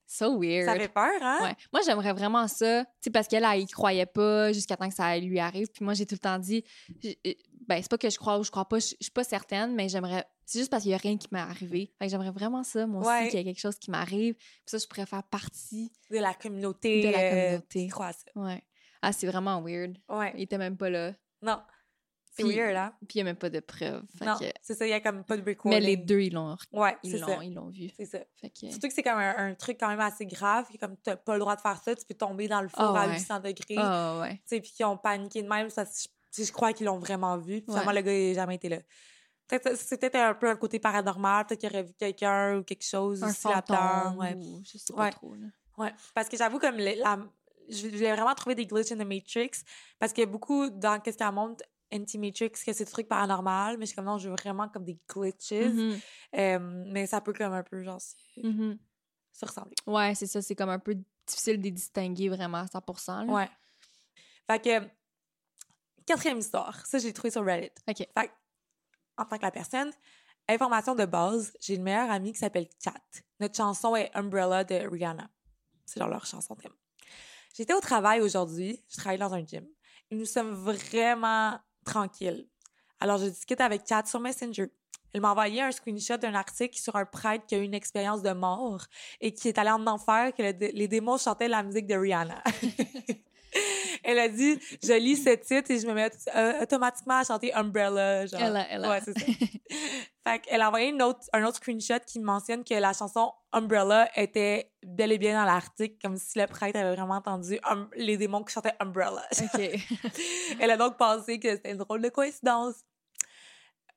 [SPEAKER 2] So weird.
[SPEAKER 1] Ça fait peur, hein?
[SPEAKER 2] Ouais. Moi, j'aimerais vraiment ça, tu sais, parce qu'elle, elle y croyait pas jusqu'à temps que ça lui arrive. Puis moi, j'ai tout le temps dit, j- euh, ben, c'est pas que je crois ou je crois pas, je je suis pas certaine, mais j'aimerais. C'est juste parce qu'il y a rien qui m'est arrivé. Fait que j'aimerais vraiment ça, moi aussi,
[SPEAKER 1] Ouais.
[SPEAKER 2] qu'il y ait quelque chose qui m'arrive. Puis ça, je pourrais faire partie.
[SPEAKER 1] De la communauté.
[SPEAKER 2] De la
[SPEAKER 1] euh,
[SPEAKER 2] communauté.
[SPEAKER 1] qui croit à ça.
[SPEAKER 2] Ouais. Ah, c'est vraiment weird.
[SPEAKER 1] Ouais.
[SPEAKER 2] Il était même pas là.
[SPEAKER 1] Non. C'est
[SPEAKER 2] Puis-
[SPEAKER 1] weird, hein?
[SPEAKER 2] Puis il y a même pas de preuves. Fait
[SPEAKER 1] non.
[SPEAKER 2] que-
[SPEAKER 1] C'est ça, il n'y a comme pas de recording.
[SPEAKER 2] Mais les deux, ils l'ont
[SPEAKER 1] Ouais,
[SPEAKER 2] ils
[SPEAKER 1] c'est
[SPEAKER 2] l'ont,
[SPEAKER 1] ça.
[SPEAKER 2] ils l'ont vu.
[SPEAKER 1] C'est ça.
[SPEAKER 2] Fait que...
[SPEAKER 1] Surtout que c'est comme un, un truc quand même assez grave, que comme t'as pas le droit de faire ça, tu peux tomber dans le four
[SPEAKER 2] Ah
[SPEAKER 1] à
[SPEAKER 2] ouais.
[SPEAKER 1] 800 degrés.
[SPEAKER 2] Ah, ouais.
[SPEAKER 1] tu sais, puis qui ont paniqué de même. Ça, je, tu sais, je crois qu'ils l'ont vraiment vu. Puis
[SPEAKER 2] Ouais.
[SPEAKER 1] finalement, le gars, il n'a jamais été là. Peut-être c'est peut-être un peu un côté paranormal. Peut-être qu'il aurait vu quelqu'un ou quelque chose
[SPEAKER 2] Un
[SPEAKER 1] aussi là-dedans.
[SPEAKER 2] fantôme
[SPEAKER 1] Ouais.
[SPEAKER 2] ou je sais
[SPEAKER 1] Ouais.
[SPEAKER 2] pas trop. là.
[SPEAKER 1] Ouais. Parce que j'avoue, comme le- la, je voulais vraiment trouver des glitches in the Matrix. Parce qu'il y a beaucoup dans qu'est-ce qu'elle montre, Anti-Matrix, que c'est des trucs paranormal. Mais je suis comme non, je veux vraiment comme des glitches.
[SPEAKER 2] Mhm,
[SPEAKER 1] Euh, mais ça peut comme un peu, genre, se,
[SPEAKER 2] mhm.
[SPEAKER 1] se ressembler.
[SPEAKER 2] Ouais, c'est ça. C'est comme un peu difficile de les distinguer vraiment à 100 là.
[SPEAKER 1] Ouais. Fait que, quatrième histoire. Ça, j'ai trouvé sur Reddit.
[SPEAKER 2] OK.
[SPEAKER 1] Fait que, en tant que la personne, information de base, j'ai une meilleure amie qui s'appelle Kat. Notre chanson est Umbrella de Rihanna. C'est genre leur chanson thème. J'étais au travail aujourd'hui. Je travaille dans un gym. Et nous sommes vraiment tranquilles. Alors, je discute avec Kat sur Messenger. Elle m'a envoyé un screenshot d'un article sur un prêtre qui a eu une expérience de mort et qui est allé en enfer, que le dé- les démons chantaient la musique de Rihanna. Elle a dit, je lis ce titre et je me mets euh, automatiquement à chanter Umbrella. Genre.
[SPEAKER 2] Elle a- elle a-
[SPEAKER 1] Ouais, c'est ça. fait qu'elle a envoyé une autre, un autre screenshot qui mentionne que la chanson Umbrella était bel et bien dans l'article, comme si le prêtre avait vraiment entendu um- les démons qui chantaient Umbrella.
[SPEAKER 2] OK.
[SPEAKER 1] Elle a donc pensé que c'était une drôle de coïncidence.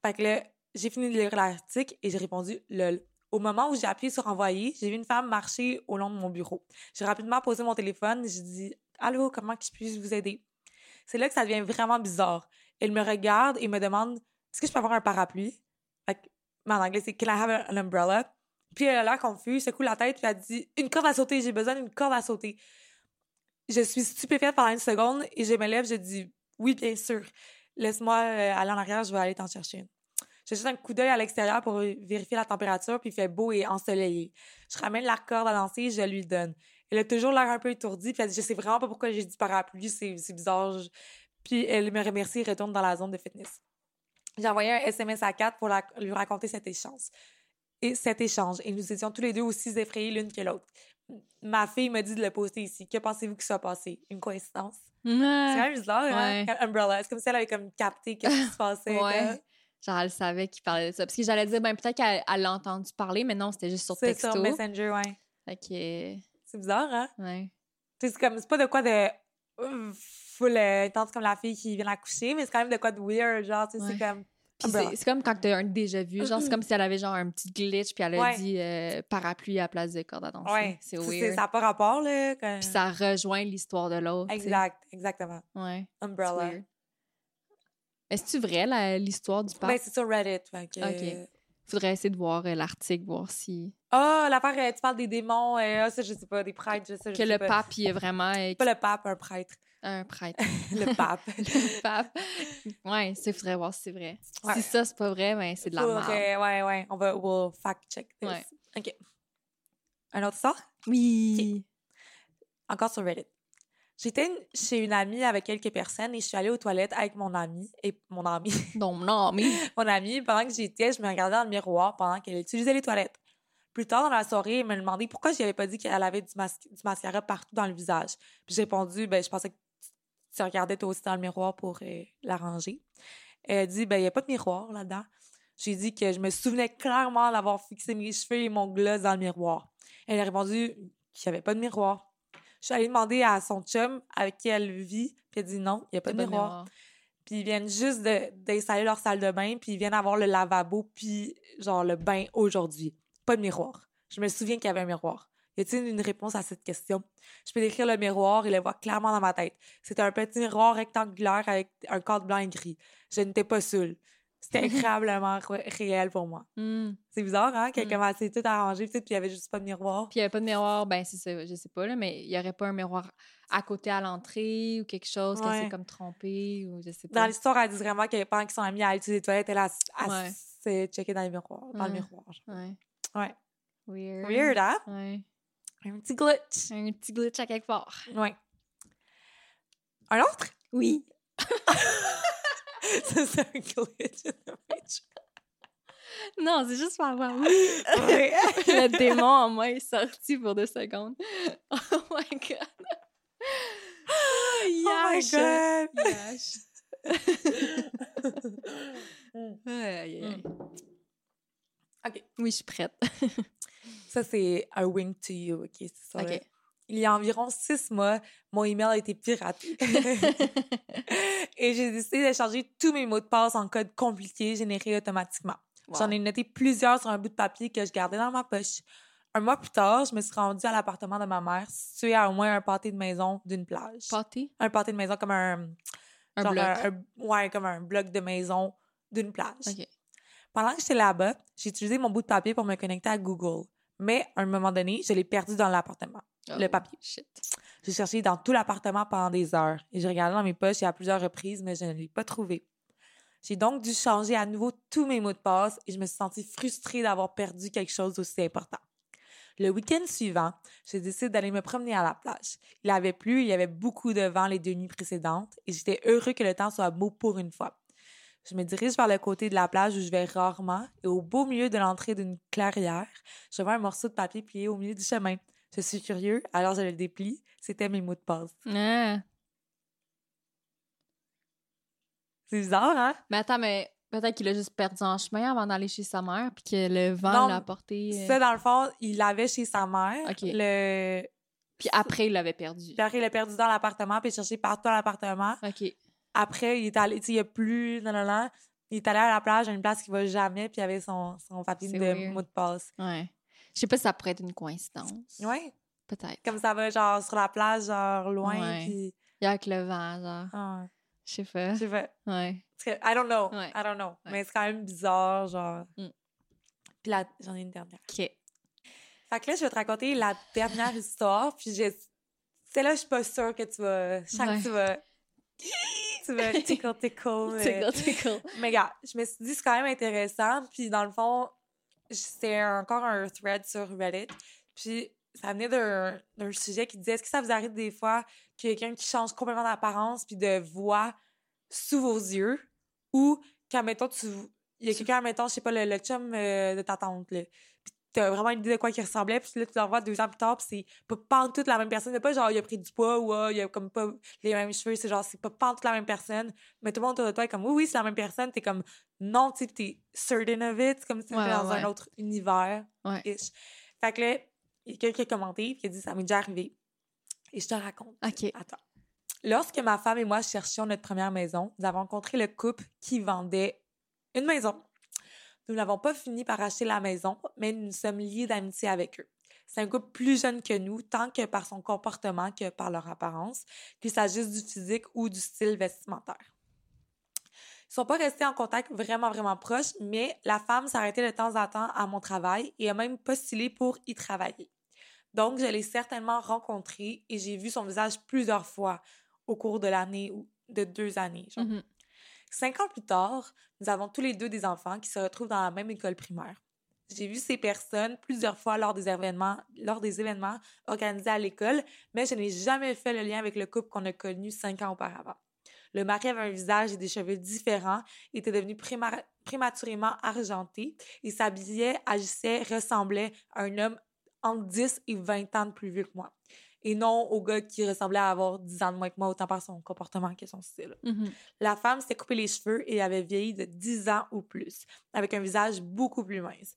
[SPEAKER 1] Fait que là, j'ai fini de lire l'article et j'ai répondu lol. Au moment où j'ai appuyé sur envoyer, j'ai vu une femme marcher au long de mon bureau. J'ai rapidement posé mon téléphone et j'ai dit Allô, comment que je puis vous aider? C'est là que ça devient vraiment bizarre. Elle me regarde et me demande Est-ce que je peux avoir un parapluie? Fait que, mais en anglais, c'est Can I have an umbrella? Puis elle a l'air confuse, secoue la tête, puis elle dit Une corde à sauter, j'ai besoin d'une corde à sauter. Je suis stupéfaite pendant une seconde et je me lève, je dis Oui, bien sûr. Laisse-moi euh, aller en arrière, je vais aller t'en chercher une. Je jette un coup d'œil à l'extérieur pour vérifier la température, puis il fait beau et ensoleillé. Je ramène la corde à lancer et je lui donne. Elle a toujours l'air un peu étourdie, puis elle dit Je sais vraiment pas pourquoi j'ai dit parapluie, c'est c'est bizarre. Je- Puis elle me remercie et retourne dans la zone de fitness. J'ai envoyé un SMS à Kat pour la- lui raconter cet échange. Et cet échange. Et nous étions tous les deux aussi effrayés l'une que l'autre. M- Ma fille m'a dit de le poster ici. Que pensez-vous qu'il soit passé? Une coïncidence? C'est quand
[SPEAKER 2] Ouais.
[SPEAKER 1] même bizarre, hein?
[SPEAKER 2] Ouais.
[SPEAKER 1] Comme Umbrella. C'est comme si elle avait comme capté qu'est-ce qui se passait.
[SPEAKER 2] Ouais.
[SPEAKER 1] là.
[SPEAKER 2] Genre, elle savait qu'il parlait de ça. Parce que j'allais dire, ben, peut-être qu'elle elle l'a entendu parler, mais non, c'était juste sur
[SPEAKER 1] C'est
[SPEAKER 2] texto.
[SPEAKER 1] sur Messenger, ouais.
[SPEAKER 2] Fait que, euh,
[SPEAKER 1] C'est bizarre, hein?
[SPEAKER 2] ouais.
[SPEAKER 1] Tu sais, c'est comme, c'est pas de quoi de euh, full euh, intense comme la fille qui vient d'accoucher, mais c'est quand même de quoi de weird, genre, tu sais,
[SPEAKER 2] Ouais.
[SPEAKER 1] c'est comme.
[SPEAKER 2] Puis
[SPEAKER 1] Umbrella.
[SPEAKER 2] c'est- c'est comme quand t'as un déjà vu, genre, c'est comme si elle avait genre un petit glitch, puis elle a
[SPEAKER 1] Ouais.
[SPEAKER 2] dit euh, parapluie à la place de corde à danser.
[SPEAKER 1] Ouais.
[SPEAKER 2] C'est
[SPEAKER 1] Tu sais,
[SPEAKER 2] weird.
[SPEAKER 1] Ça n'a pas rapport, là. comme-
[SPEAKER 2] Puis ça rejoint l'histoire de l'autre. tu sais.
[SPEAKER 1] Exact, exactement.
[SPEAKER 2] Ouais. c'est
[SPEAKER 1] Umbrella.
[SPEAKER 2] weird. Est-ce-tu vrai la- l'histoire du
[SPEAKER 1] Ben,
[SPEAKER 2] parc?
[SPEAKER 1] c'est sur Reddit. Fait que...
[SPEAKER 2] Ok. Faudrait essayer de voir euh, l'article, voir si.
[SPEAKER 1] Ah, l'affaire, euh, tu parles des démons, euh, ah, ça, je sais pas, des prêtres, je sais, je
[SPEAKER 2] Que
[SPEAKER 1] sais
[SPEAKER 2] le
[SPEAKER 1] pas.
[SPEAKER 2] pape, il est vraiment euh,
[SPEAKER 1] Pas le pape, un prêtre.
[SPEAKER 2] un prêtre.
[SPEAKER 1] Le pape.
[SPEAKER 2] le pape. Ouais, ça, faudrait voir si c'est vrai.
[SPEAKER 1] Ouais.
[SPEAKER 2] Si ça, c'est pas vrai, ben, c'est de la
[SPEAKER 1] Pour,
[SPEAKER 2] merde.
[SPEAKER 1] euh, ouais, ouais, on va we'll fact-check this.
[SPEAKER 2] Ouais.
[SPEAKER 1] OK. Un autre sort?
[SPEAKER 2] Oui.
[SPEAKER 1] Encore sur Reddit. J'étais une- chez une amie avec quelques personnes et je suis allée aux toilettes avec mon amie et mon ami.
[SPEAKER 2] Donc, non, mais.
[SPEAKER 1] mon amie, pendant que j'y étais, je me regardais dans le miroir pendant qu'elle utilisait les toilettes. Plus tard dans la soirée, elle me demandait pourquoi je avais pas dit qu'elle avait du, mas- du mascara partout dans le visage. Puis j'ai répondu, ben, je pensais que tu- tu regardais toi aussi dans le miroir pour euh, l'arranger. Elle a dit, ben, il n'y a pas de miroir là-dedans. J'ai dit que je me souvenais clairement d'avoir fixé mes cheveux et mon gloss dans le miroir. Elle a répondu qu'il n'y avait pas de miroir. Je suis allée demander à son chum avec qui elle vit, puis elle dit non, il n'y a pas de miroir puis ils viennent juste de- d'installer leur salle de bain, puis ils viennent avoir le lavabo, puis genre le bain aujourd'hui. Pas de miroir. Je me souviens qu'il y avait un miroir. Y a-t-il une réponse à cette question? Je peux décrire le miroir et le voir clairement dans ma tête. C'était un petit miroir rectangulaire avec un cadre blanc et gris. Je n'étais pas seule. C'était incroyablement ré- réel pour moi.
[SPEAKER 2] Hmm.
[SPEAKER 1] C'est bizarre, hein? Qu'elle
[SPEAKER 2] Mm.
[SPEAKER 1] commençait tout arrangé, puis il y avait juste pas de miroir.
[SPEAKER 2] Puis il n'y avait pas de miroir, ben c'est ça, je sais pas, là, mais il n'y aurait pas un miroir à côté à l'entrée ou quelque chose qu'elle
[SPEAKER 1] Ouais.
[SPEAKER 2] s'est comme trompée ou je sais
[SPEAKER 1] Dans
[SPEAKER 2] pas.
[SPEAKER 1] l'histoire, elle dit vraiment que pendant qu'ils sont amis à utiliser les toilettes, elle a, a
[SPEAKER 2] Ouais. Mm.
[SPEAKER 1] se checker dans, les miroirs, dans le
[SPEAKER 2] Ouais.
[SPEAKER 1] miroir.
[SPEAKER 2] Ouais.
[SPEAKER 1] Ouais.
[SPEAKER 2] Weird.
[SPEAKER 1] Weird, hein?
[SPEAKER 2] Ouais.
[SPEAKER 1] Un petit glitch.
[SPEAKER 2] Un petit glitch à quelque part.
[SPEAKER 1] Ouais. Un autre?
[SPEAKER 2] Oui.
[SPEAKER 1] Ça, c'est un glitch in the matrix.
[SPEAKER 2] Non, c'est juste pour avoir oui.
[SPEAKER 1] Ouais.
[SPEAKER 2] Le démon en moi est sorti pour deux secondes. Oh my god.
[SPEAKER 1] Oh my
[SPEAKER 2] Yash.
[SPEAKER 1] god!
[SPEAKER 2] Yash. Aïe, aïe, aïe.
[SPEAKER 1] Ok.
[SPEAKER 2] Hmm. Oui, je suis prête.
[SPEAKER 1] Ça, c'est un wink to you, ok? C'est ça. là.
[SPEAKER 2] Ok.
[SPEAKER 1] Il y a environ six mois, mon email a été piraté. Et j'ai décidé de changer tous mes mots de passe en code compliqué généré automatiquement. J'en ai noté plusieurs sur un bout de papier que je gardais dans ma poche. Un mois plus tard, je me suis rendue à l'appartement de ma mère, situé à au moins un pâté de maison d'une plage.
[SPEAKER 2] Pâté?
[SPEAKER 1] un pâté de maison comme un,
[SPEAKER 2] Un
[SPEAKER 1] genre
[SPEAKER 2] bloc.
[SPEAKER 1] un- ouais, comme un bloc de maison d'une plage.
[SPEAKER 2] Ok.
[SPEAKER 1] Pendant que j'étais là-bas, j'ai utilisé mon bout de papier pour me connecter à Google. Mais à un moment donné, je l'ai perdu dans l'appartement. Le
[SPEAKER 2] Oh,
[SPEAKER 1] papier.
[SPEAKER 2] Shit.
[SPEAKER 1] J'ai cherché dans tout l'appartement pendant des heures et j'ai regardé dans mes poches et à plusieurs reprises, mais je ne l'ai pas trouvé. J'ai donc dû changer à nouveau tous mes mots de passe et je me suis sentie frustrée d'avoir perdu quelque chose d'aussi important. Le week-end suivant, je décide d'aller me promener à la plage. Il avait plu, il y avait beaucoup de vent les deux nuits précédentes et j'étais heureux que le temps soit beau pour une fois. Je me dirige vers le côté de la plage où je vais rarement et au beau milieu de l'entrée d'une clairière, je vois un morceau de papier plié au milieu du chemin. Je suis curieux, alors je le déplie. C'était mes mots de passe.
[SPEAKER 2] Ah.
[SPEAKER 1] C'est bizarre, hein?
[SPEAKER 2] Mais attends, mais peut-être qu'il a juste perdu en chemin avant d'aller chez sa mère, puis que le
[SPEAKER 1] Non,
[SPEAKER 2] vent l'a apporté. euh,
[SPEAKER 1] Ça, dans le fond, il l'avait chez sa mère.
[SPEAKER 2] Ok.
[SPEAKER 1] Le...
[SPEAKER 2] Puis après, il l'avait perdu.
[SPEAKER 1] Pierre, il l'a perdu dans l'appartement, puis il cherchait partout dans l'appartement.
[SPEAKER 2] OK.
[SPEAKER 1] Après, il est allé, tu sais, il n'y a plus, non, non, non. Il est allé à la plage, à une place qu'il va jamais, puis il avait son, son papier
[SPEAKER 2] C'est
[SPEAKER 1] de
[SPEAKER 2] weird.
[SPEAKER 1] mot de passe.
[SPEAKER 2] Ouais. Je sais pas si ça pourrait être une coïncidence.
[SPEAKER 1] Ouais.
[SPEAKER 2] Peut-être.
[SPEAKER 1] Comme ça va, genre, sur la plage, genre, loin,
[SPEAKER 2] Ouais.
[SPEAKER 1] puis...
[SPEAKER 2] Il y a avec le vent, genre.
[SPEAKER 1] Ah,
[SPEAKER 2] Je sais pas.
[SPEAKER 1] je sais pas.
[SPEAKER 2] Ouais.
[SPEAKER 1] Parce que- I don't know.
[SPEAKER 2] Ouais.
[SPEAKER 1] I don't know.
[SPEAKER 2] Ouais.
[SPEAKER 1] Mais c'est quand même bizarre, genre.
[SPEAKER 2] Mm.
[SPEAKER 1] Puis là, j'en ai une dernière.
[SPEAKER 2] OK.
[SPEAKER 1] Fait que là, je vais te raconter la dernière histoire. Puis j'ai. Celle-là, je suis pas sûre que tu vas. Je sens que tu
[SPEAKER 2] Ouais.
[SPEAKER 1] vas. tu vas tickle, tickle. mais-
[SPEAKER 2] Tickle, tickle.
[SPEAKER 1] mais gars, je me suis dit, c'est quand même intéressant. Puis dans le fond, j- c'était encore un thread sur Reddit. Puis ça venait d'un d'un sujet qui disait, est-ce que ça vous arrive des fois qu'il y a quelqu'un qui change complètement d'apparence puis de voix sous vos yeux? Ou quand, mettons, tu... Il y a quelqu'un, mettons, je sais pas, le, le chum euh, de ta tante, là. Puis t'as vraiment une idée de quoi qu'il ressemblait. Puis là, tu le revois deux ans plus tard, puis c'est pas pantoute la même personne. C'est pas genre, il a pris du poids ou ah, il a comme pas les mêmes cheveux. C'est genre, c'est pas pantoute la même personne mais tout le monde autour de toi est comme oui, oui, c'est la même personne. T'es comme non, tu sais, t'es certain of it. C'est comme si t'étais
[SPEAKER 2] Ouais,
[SPEAKER 1] dans
[SPEAKER 2] ouais.
[SPEAKER 1] un autre univers.
[SPEAKER 2] Ouais.
[SPEAKER 1] Ish. Fait que là, il y a quelqu'un qui a commenté puis qui a dit ça m'est déjà arrivé. Et je te raconte.
[SPEAKER 2] OK.
[SPEAKER 1] Attends. Lorsque ma femme et moi cherchions notre première maison, nous avons rencontré le couple qui vendait une maison. Nous n'avons pas fini par acheter la maison, mais nous nous sommes liés d'amitié avec eux. C'est un couple plus jeune que nous, tant que par son comportement que par leur apparence, qu'il s'agisse du physique ou du style vestimentaire. Ils sont pas restés en contact vraiment, vraiment proches, mais la femme s'arrêtait de temps en temps à mon travail et a même postulé pour y travailler. Donc, je l'ai certainement rencontré et j'ai vu son visage plusieurs fois au cours de l'année ou de deux années. genre.
[SPEAKER 2] Mhm.
[SPEAKER 1] Cinq ans plus tard, nous avons tous les deux des enfants qui se retrouvent dans la même école primaire. J'ai vu ces personnes plusieurs fois lors des événements, lors des événements organisés à l'école, mais je n'ai jamais fait le lien avec le couple qu'on a connu cinq ans auparavant. Le mari avait un visage et des cheveux différents, était devenu préma- prématurément argenté et s'habillait, agissait, ressemblait à un homme entre 10 et 20 ans de plus vieux que moi. Et non au gars qui ressemblait à avoir 10 ans de moins que moi, autant par son comportement que son style.
[SPEAKER 2] Mhm.
[SPEAKER 1] La femme s'était coupé les cheveux et avait vieilli de 10 ans ou plus, avec un visage beaucoup plus mince.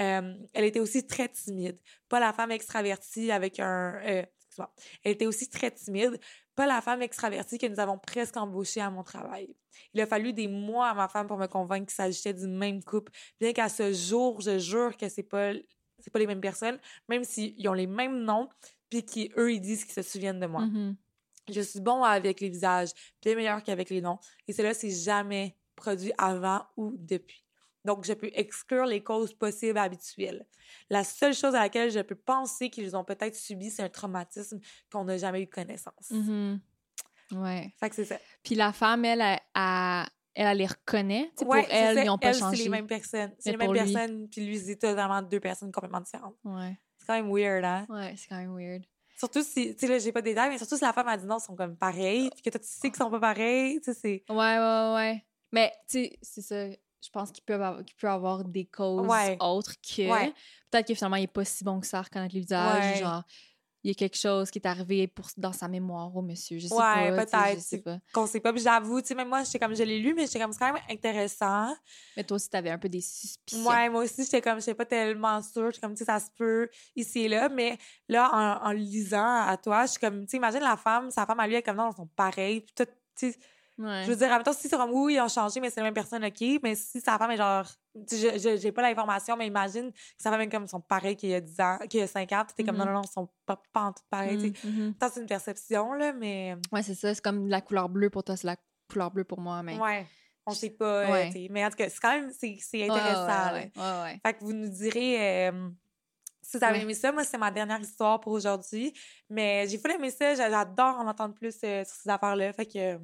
[SPEAKER 1] Euh, elle était aussi très timide. Pas la femme extravertie avec un... euh, excuse-moi. Elle était aussi très timide. Pas la femme extravertie que nous avons presque embauchée à mon travail. Il a fallu des mois à ma femme pour me convaincre qu'il s'agissait d'une même coupe, bien qu'à ce jour, je jure que c'est pas c'est pas les mêmes personnes, même s'ils ont les mêmes noms, puis qu'eux, ils disent qu'ils se souviennent de moi.
[SPEAKER 2] Mhm.
[SPEAKER 1] Je suis bon avec les visages, bien meilleur qu'avec les noms. Et cela s'est jamais produit avant ou depuis. Donc, je peux exclure les causes possibles habituelles. La seule chose à laquelle je peux penser qu'ils ont peut-être subi, c'est un traumatisme qu'on n'a jamais eu connaissance.
[SPEAKER 2] Mhm. Ouais.
[SPEAKER 1] Fait que c'est ça.
[SPEAKER 2] Puis la femme, elle, elle, elle, elle, les reconnaît. Tu sais,
[SPEAKER 1] Ouais,
[SPEAKER 2] pour
[SPEAKER 1] c'est
[SPEAKER 2] elle,
[SPEAKER 1] ça.
[SPEAKER 2] ils n'ont pas
[SPEAKER 1] Elle,
[SPEAKER 2] changé.
[SPEAKER 1] C'est les mêmes personnes. C'est
[SPEAKER 2] Mais
[SPEAKER 1] les mêmes
[SPEAKER 2] pour lui-
[SPEAKER 1] personnes, puis lui, c'est totalement deux personnes complètement différentes.
[SPEAKER 2] Ouais,
[SPEAKER 1] C'est quand même weird, hein?
[SPEAKER 2] ouais c'est quand même weird.
[SPEAKER 1] Surtout si, tu sais, là, j'ai pas de détails, mais surtout si la femme a dit non, ils sont comme pareils, puis que toi, tu sais qu'ils sont pas pareils, tu sais, c'est.
[SPEAKER 2] Ouais, ouais, ouais. Mais tu sais, c'est ça. Je pense qu'il peut, avoir- qu'il peut avoir des causes
[SPEAKER 1] Ouais.
[SPEAKER 2] autres que.
[SPEAKER 1] Ouais.
[SPEAKER 2] Peut-être que finalement, il n'est pas si bon que ça à reconnaître les visages.
[SPEAKER 1] Ouais.
[SPEAKER 2] Genre, il y a quelque chose qui est arrivé pour, dans sa mémoire au monsieur. Je sais
[SPEAKER 1] Ouais,
[SPEAKER 2] pas. tu sais,
[SPEAKER 1] peut-être.
[SPEAKER 2] Je sais pas.
[SPEAKER 1] qu'on sait pas. Puis j'avoue, tu sais, même moi, j'étais comme, je l'ai lu, mais j'étais comme, c'est quand même intéressant.
[SPEAKER 2] Mais toi aussi, t'avais un peu des suspicions.
[SPEAKER 1] Ouais, moi aussi, j'étais comme, j'étais pas tellement sûre. J'étais comme, tu sais, ça se peut ici et là. Mais là, en, en le lisant à toi, je suis comme, tu sais, imagine la femme, sa femme à lui, elle est comme, non, ils sont pareils. Puis tout, tu sais,
[SPEAKER 2] Ouais.
[SPEAKER 1] je veux dire, en même temps, si c'est comme, oui, ils ont changé, mais c'est la même personne, OK. Mais si sa femme est genre, tu sais, je- je- j'ai pas l'information, mais imagine que sa femme est comme, ils sont pareils qu'il y a 10 ans, qu'il y a 5 ans. Puis t'es comme, non,
[SPEAKER 2] Mhm.
[SPEAKER 1] non, non, ils sont pas, pas en tout pareils. tu sais.
[SPEAKER 2] Mhm, mhm.
[SPEAKER 1] Tant c'est une perception, là, mais.
[SPEAKER 2] Ouais, c'est ça. C'est comme la couleur bleue pour toi, c'est la couleur bleue pour moi. Mais...
[SPEAKER 1] Ouais. On sait pas. euh,
[SPEAKER 2] ben, Ouais.
[SPEAKER 1] tu sais. mais en tout cas, c'est quand même c'est, c'est
[SPEAKER 2] Ouais, ouais,
[SPEAKER 1] intéressant. là.
[SPEAKER 2] ouais, ouais, ouais.
[SPEAKER 1] Fait que vous nous direz euh, si vous avez
[SPEAKER 2] Ouais.
[SPEAKER 1] aimé ça. Moi, c'est ma dernière histoire pour aujourd'hui. Mais j'ai fou aimé ça. J'a- J'adore en entendre plus euh, sur ces affaires-là. Fait que. euh,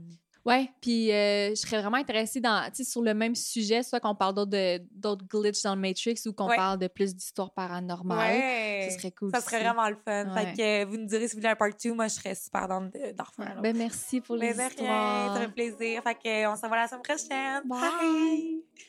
[SPEAKER 2] Ouais, puis euh, je serais vraiment intéressée dans, tu sais, sur le même sujet, soit qu'on parle d'autres de- d'autres glitches dans le Matrix ou qu'on
[SPEAKER 1] Ouais.
[SPEAKER 2] parle de plus d'histoires paranormales.
[SPEAKER 1] ouais.
[SPEAKER 2] Ce serait cool.
[SPEAKER 1] Ça serait
[SPEAKER 2] aussi.
[SPEAKER 1] vraiment le fun.
[SPEAKER 2] Ouais.
[SPEAKER 1] Fait que euh, vous nous direz si vous voulez un part 2. Moi, je serais super dans euh, d'en refaire. un autre.
[SPEAKER 2] Ben, merci pour
[SPEAKER 1] Mais
[SPEAKER 2] les
[SPEAKER 1] de rien, ça
[SPEAKER 2] histoires.
[SPEAKER 1] fait plaisir. Fait que, euh, on se revoit la semaine prochaine.
[SPEAKER 2] Bye.
[SPEAKER 1] Bye.